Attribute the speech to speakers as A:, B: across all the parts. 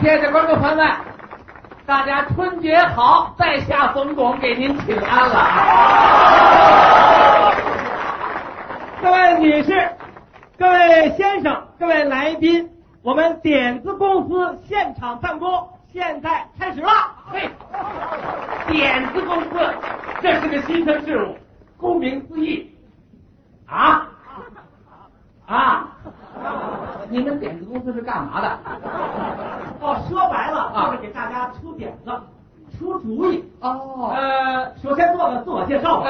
A: 接着，观众朋友们，大家春节好！在下冯巩给您请安了啊！
B: 各位女士、各位先生、各位来宾，我们点子公司现场办公现在开始了。
A: 嘿，点子公司，这是个新生事物，顾名思义，啊啊。你们点子公司是干嘛的？
B: 哦，说白了啊，就是给大家出点子、出主意。
A: 哦，
B: 呃，首先做个自我介绍吧。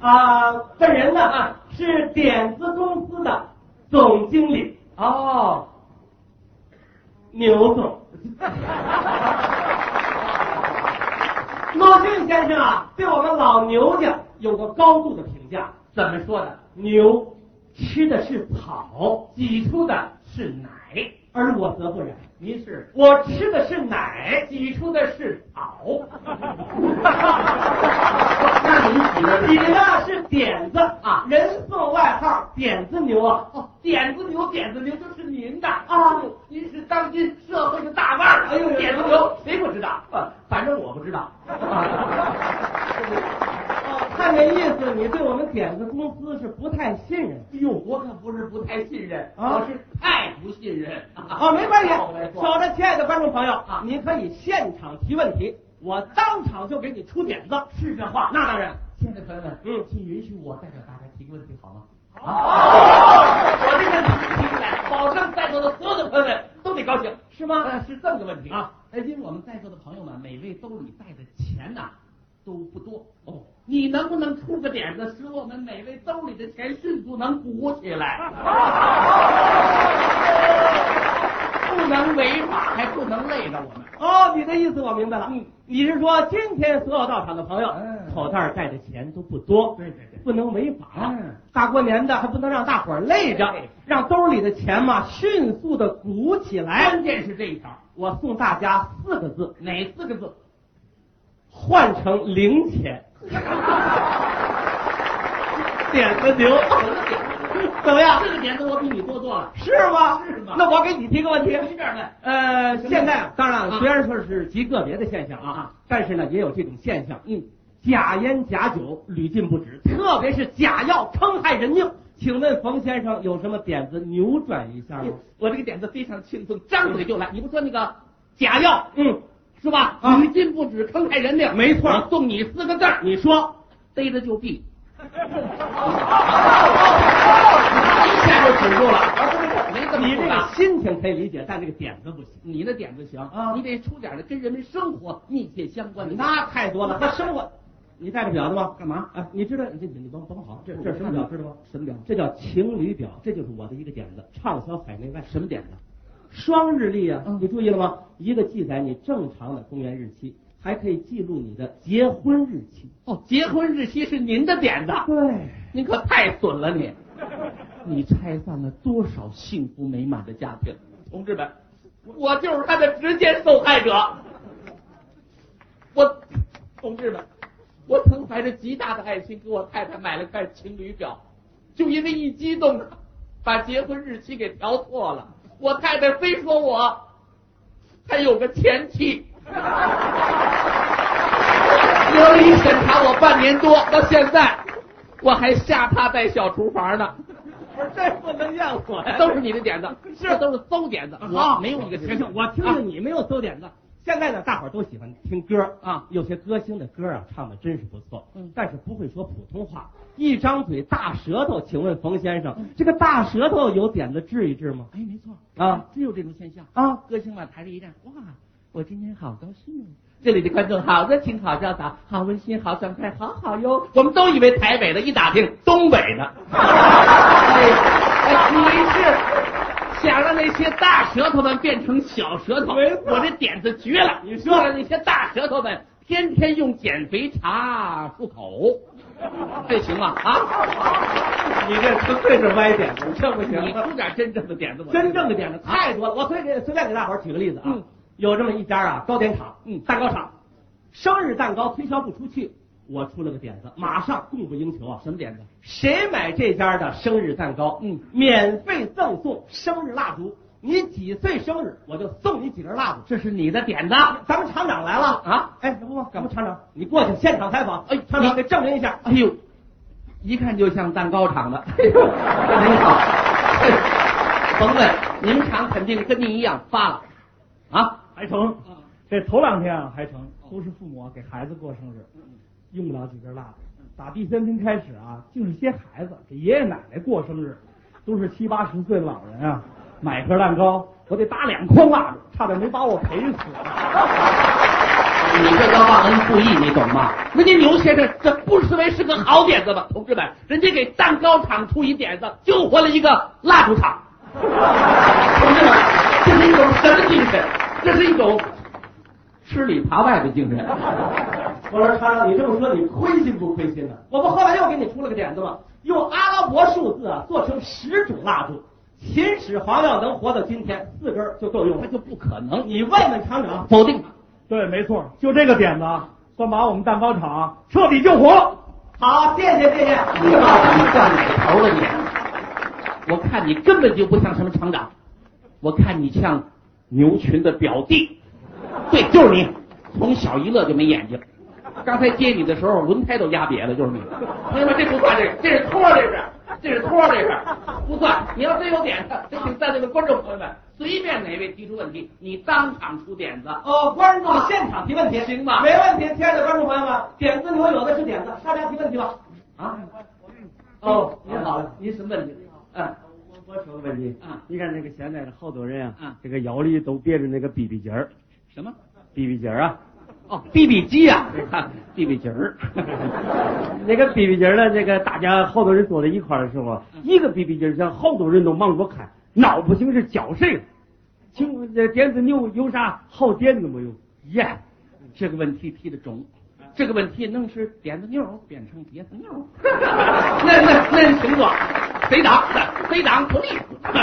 B: 啊、呃，本人呢、啊、是点子公司的总经理。
A: 哦，
B: 牛总。鲁迅先生啊，对我们老牛家有个高度的评价，
A: 怎么说的？
B: 牛吃的是草，
A: 挤出的。是奶，
B: 而我则不然。
A: 您是
B: 我吃的是奶，
A: 挤出的是 草。
B: 那你挤的你呢是点子啊，人送外号点子牛啊。
A: 哦，点子牛，点子牛就是您的
B: 啊，
A: 您是当今社会的大腕儿。
B: 哎呦，
A: 点子牛谁不知道？啊，反正我不知 道。
B: 哦看这意思，你对我们点子公司是不太信任。
A: 哎呦，我可不是不太信任，啊、我是太不信任。
B: 啊，没关系，守着亲爱的观众朋友，啊，您可以现场提问题，我当场就给你出点子。
A: 是这话？
B: 那当然。
A: 亲爱的朋友们，
B: 嗯，
A: 请允许我代表大家提个问题好吗？
B: 好、啊，
A: 哦我这个提出来，保证在座的所有的朋友们都得高兴，
B: 是吗？
A: 呃、是这么个问题
B: 啊。
A: 因为我们在座的朋友们，啊每位兜里带的钱呐、啊。都不多哦，你能不能出个点子，使我们每位兜里的钱迅速能鼓起 来？不能违法，还不能累着我们。
B: 哦，你的意思我明白了。嗯，你是说今天所有到场的朋友，口袋带的钱都不多，
A: 对对对，
B: 不能违法。
A: 嗯，
B: 大过年的还不能让大伙儿累着，让兜里的钱嘛迅速的鼓起来。
A: 关键是这一条，
B: 我送大家四个字，
A: 哪四个字？
B: 换成零钱， 点子牛， 怎么样？
A: 这个点子我比你多多了，
B: 是吗？
A: 是吗？
B: 那我给你提个问题，
A: 随便问。
B: 呃，现在当然
A: 啊
B: 虽然说是极个别的现象啊，但是呢也有这种现象，
A: 嗯，
B: 假烟假酒屡禁不止，特别是假药坑害人命。请问冯先生有什么点子扭转一下吗？
A: 我这个点子非常轻松，张嘴就来。你不说那个假药，
B: 嗯。
A: 是吧？屡禁不止，坑害人命。
B: 啊没错，
A: 我送你四个字儿，
B: 你说
A: 逮着就毙。哦一下就止住了，啊没这么
B: 你这个心情可以理解，但这个点子不行。
A: 你的点子行
B: 啊，
A: 你得出点儿跟人们生活密切相关的。
B: 那太多了，和生活。你带着表的吗？
A: 干嘛？
B: 啊，你知道你这你帮帮好，这这什么表知道吗？
A: 什么表？
B: 这叫情侣表，这就是我的一个点子，畅销海内外。
A: 什么点子？
B: 双日历啊，你注意了吗？一个记载你正常的公元日期，还可以记录你的结婚日期。
A: 哦，结婚日期是您的点子，
B: 对，
A: 您可太损了你！你拆散了多少幸福美满的家庭，同志们，我就是他的直接受害者。我，同志们，我曾怀着极大的爱心给我太太买了块情侣表，就因为一激动，把结婚日期给调错了。我太太非说我还有个前妻，刘医审查我半年多，到现在我还吓他在小厨房呢。
B: 不是，这不能怨我呀！
A: 都是你的点子，是啊都是馊点子，
B: 我
A: 没有一个
B: 哦行行，我听听你没有馊点子。现在呢，大伙儿都喜欢听歌
A: 啊，
B: 有些歌星的歌啊，唱的真是不错，
A: 嗯，
B: 但是不会说普通话，一张嘴大舌头。请问冯先生，嗯、这个大舌头有点子治一治吗？
A: 哎，没错
B: 啊，
A: 只有这种现象
B: 啊。
A: 歌星往台上一站，哇，我今天好高兴。这里的观众好热情、好潇洒、好温馨、好爽快、好好哟。我们都以为台北的，一打听东北的。哎，你是？想让那些大舌头们变成小舌头，我这点子绝了！
B: 你说
A: 让那些大舌头们天天用减肥茶漱口，这行吗？啊，
B: 你这纯粹是歪点子，这不行。啊
A: 你出点真正的点子，
B: 真正的点子太多了。我随给随便给大伙儿举个例子啊，
A: 啊嗯、
B: 有这么一家啊糕点厂，
A: 嗯，
B: 蛋糕厂，生日蛋糕推销不出去，我出了个点子，马上供不应求啊！
A: 什么点子？
B: 谁买这家的生日蛋糕，
A: 嗯，
B: 免费赠送生日蜡烛。你几岁生日，我就送你几根蜡烛。
A: 这是你的点子。
B: 咱们厂长来了
A: 啊！
B: 哎，不不，咱们厂长，你过去现场采访。
A: 哎
B: 厂长
A: 你
B: 得证明一下。
A: 哎呦，一看就像蛋糕厂的，哎呦，您好，哎甭问，您厂肯定跟您一样发了，啊，
C: 还成，这头两天啊还成，
B: 哦
C: 都是父母啊给孩子过生日，
B: 嗯
C: 用不了几根蜡烛。打第三天开始啊，净是些孩子给爷爷奶奶过生日，都是七八十岁的老人啊，买盒蛋糕，我得打两筐蜡烛，差点没把我赔死
A: 你这叫忘恩负义，你懂吗？人家牛先生这不失为是个好点子吧，同志们，人家给蛋糕厂出一点子，救活了一个蜡烛厂。同志们，这是一种什么精神？这是一种吃里扒外的精神。
B: 我说厂长，你这么说你亏心不亏心呢？我不后来又给你出了个点子吗？用阿拉伯数字啊做成十种蜡烛，秦始皇要能活到今天，四根儿就够用
A: 那
B: 了。
A: 就不可能，
B: 你问问厂长，
A: 否定。
C: 对，没错，就这个点子，啊，算把我们蛋糕厂啊彻底救活了。
B: 好，谢谢谢谢。
A: 你到底算哪头了你？ 我看你根本就不像什么厂长，我看你像牛群的表弟。对，就是你，从小一乐就没眼睛。刚才接你的时候，轮胎都压瘪了，就是你。朋友们，这不算这个，这是托儿，这是，这是托儿，这是不算。你要真有点子，这请在座的观众朋友们随便哪位提出问题，你当场出点子。
B: 哦，观众现场提问题，
A: 啊行吧
B: 没问题，亲爱的观众朋友们，点子牛有的是点子，大家提问题吧。
A: 啊？哦，您好，您什么问题？嗯
D: 我我说个问题
A: 啊
D: 你看那个现在的好多人
A: 啊
D: 啊，这个腰里都别着那个 BB 筋儿
A: 什么？
D: ，BB 筋儿啊，
A: 哦，比比鸡呀、啊，比比鸡儿。
D: 那个 BB 筋儿呢，那个大家好多人坐在一块儿的时候，一个 BB 筋儿上好多人都忙着看，闹不清是叫谁了。请问这点子牛有啥好点子没有？
A: 耶、这个问题提的中。这个问题弄是点子妞儿变成碟子妞儿， 那那那情况，谁挡的？谁挡不利？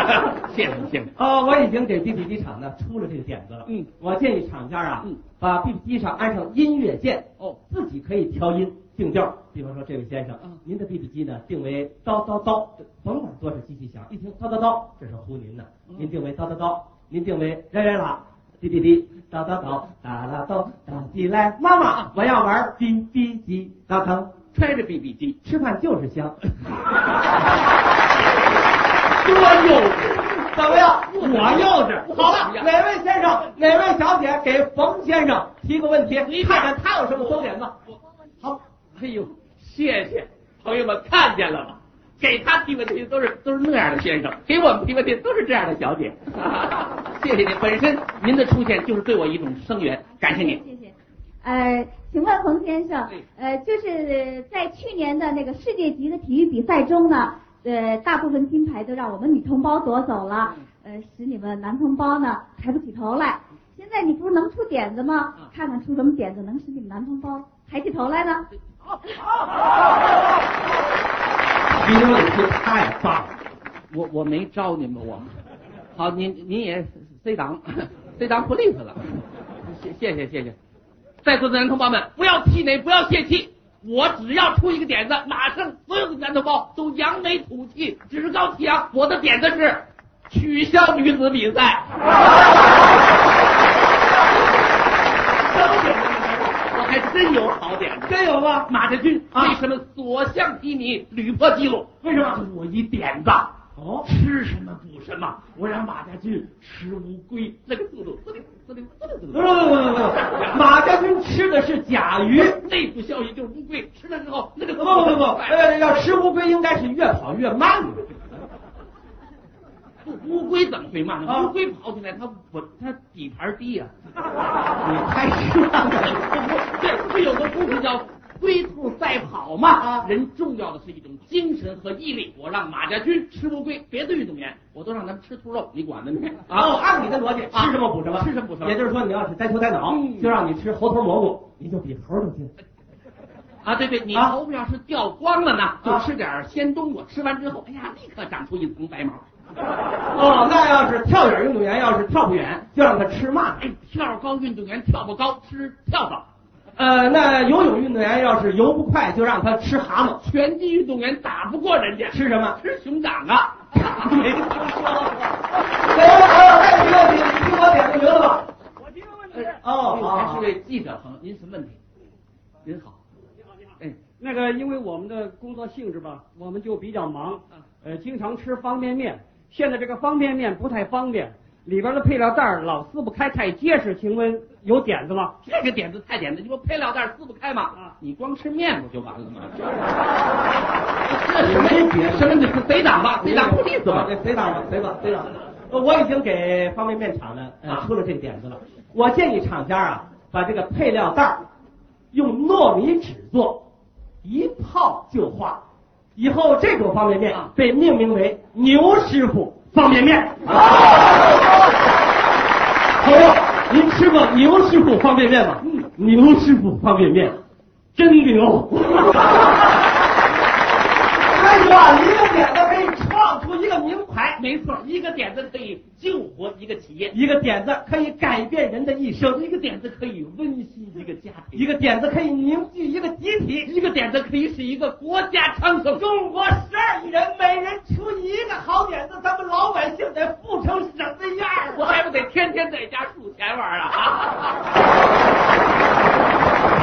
A: 谢谢谢谢。
B: 哦，我已经给 B B 机厂呢出了这个点子了。
A: 嗯，
B: 我建议厂家啊，
A: 嗯
B: 把 B B 机上安上音乐键，
A: 哦，
B: 自己可以调音定调。比方说，这位先生，
A: 嗯
B: 您的 B B 机呢定为叨叨叨，甭管多少机器响，一听叨叨叨，这是呼您呢。
A: 嗯
B: 您定为叨叨叨，您定为来来啦。滴滴滴，叨叨叨，哒啦叨，哒滴来，妈
A: 嗯
B: 妈，我要玩滴滴滴，哒当，
A: 揣着 BB 机，
B: 吃饭就是 香，
A: 多幼稚！
B: 怎么样？我幼稚。好了
A: 不，一样
B: 哪位先生，哪位小姐给冯先生提个问题，
A: 你
B: 看看他有什么优点吧。
A: 好，哎呦，谢谢朋友们看见了吗？给他提问题都是都是那样的先生，给我们提问题都是这样的小姐。 谢谢您，本身您的出现就是对我一种声援，感谢您。
E: 谢谢。呃，请问冯先生
A: 对，
E: 呃，就是在去年的那个世界级的体育比赛中呢，呃，大部分金牌都让我们女同胞夺走了，
A: 嗯
E: 呃，使你们男同胞呢抬不起头来。现在你不是能出点子吗？
A: 嗯
E: 看看出什么点子能使你们男同胞抬起头来呢？
B: 提的问题太棒了。
A: 我我没招你们，我好，您您也 C 档 C 档不利索了，谢谢谢谢谢。在座的男同胞们，不要气馁，不要泄气，我只要出一个点子，马上所有的男同胞都扬眉吐气，趾高气扬。我的点子是取消女子比赛。我还真有好点子，
B: 真有吗？
A: 马家军
B: 啊
A: 为什么所向披靡，屡破纪录？
B: 为什么？
A: 我一点子。
B: 哦，
A: 吃什么补什么，我让马家军吃乌龟，那个速度，滋溜滋溜滋溜滋
B: 不
A: 溜
B: 不不不不，马家军吃的是甲鱼。
A: 内部效益就是乌龟，吃了之后那个
B: 不不不 不，呃，要吃乌龟应该是越跑越慢。
A: 不乌龟怎么会慢呢？
B: 啊
A: 乌龟跑起来它稳，它底盘低呀、 哎
B: 你太失望了。
A: 对，不有个故事叫龟兔赛跑嘛？
B: 啊
A: 人重要的是一种精神和毅力。我让马家军吃乌龟，别的运动员我都让他们吃兔肉，你管得你
B: 啊，我按你的逻辑，
A: 啊
B: 吃什么补什么，
A: 吃什么补什么
B: 也就是说，你要是呆头呆脑，
A: 嗯
B: 就让你吃猴头蘑菇，你就比猴都精。
A: 啊，对对，你
B: 啊
A: 头发要是掉光了呢，就
B: 啊
A: 吃点鲜冬瓜，吃完之后，哎呀，立刻长出一层白毛。
B: 哦，那要是跳远运动员，要是跳不远，就让他吃蚂
A: 哎
B: 蚱。，
A: 跳高运动员跳不高，吃跳蚤；
B: 呃，那游泳运动员要是游不快，就让他吃蛤蟆。
A: 拳击运动员打不过人家，
B: 吃什么？
A: 吃熊掌啊。没听说过。
B: 行了，朋友，还有一个问题，哎你听我点就明了吧？
C: 我提个问题，
A: 哎
B: 哦
A: 您
B: 好
A: 还是位记者朋友，您什么问题？您好，哎，
D: 那个，因为我们的工作性质吧，我们就比较忙
A: 嗯，
C: 啊
D: 呃，经常吃方便面。现在这个方便面不太方便，里边的配料袋儿老撕不开，太结实。请问有点子吗？
A: 这个点子太简单，你不配料袋撕不开吗？
D: 啊
A: 你光吃面不就完了 吗？这什么什么？你是贼党吧？贼党不利索吧？
B: 嗯对，谁打吧，谁吧，谁打。呃我已经给方便面厂呢呃
A: 啊
B: 出了这个点子了。我建议厂家啊，把这个配料袋儿用糯米纸做，一泡就化。以后这种方便面
A: 啊
B: 被命名为牛师傅方便面。
A: 哦
B: 朋友，您吃过牛师傅方便面吗？嗯，牛师傅方便面真牛。 哎呀，一个点子可以创出一个名牌，
A: 哎没错，一个点子可以救活一个企业，
B: 一个点子可以改变人的一生，
A: 一个点子可以温馨一个家庭，
B: 一个点子可以凝聚一个集体。
A: 一个点子可以使一个国家昌盛。
B: 中国十二亿人，每人出一个好点子，咱们老百姓得富成什么样
A: 我还不得天天在家数钱玩啊！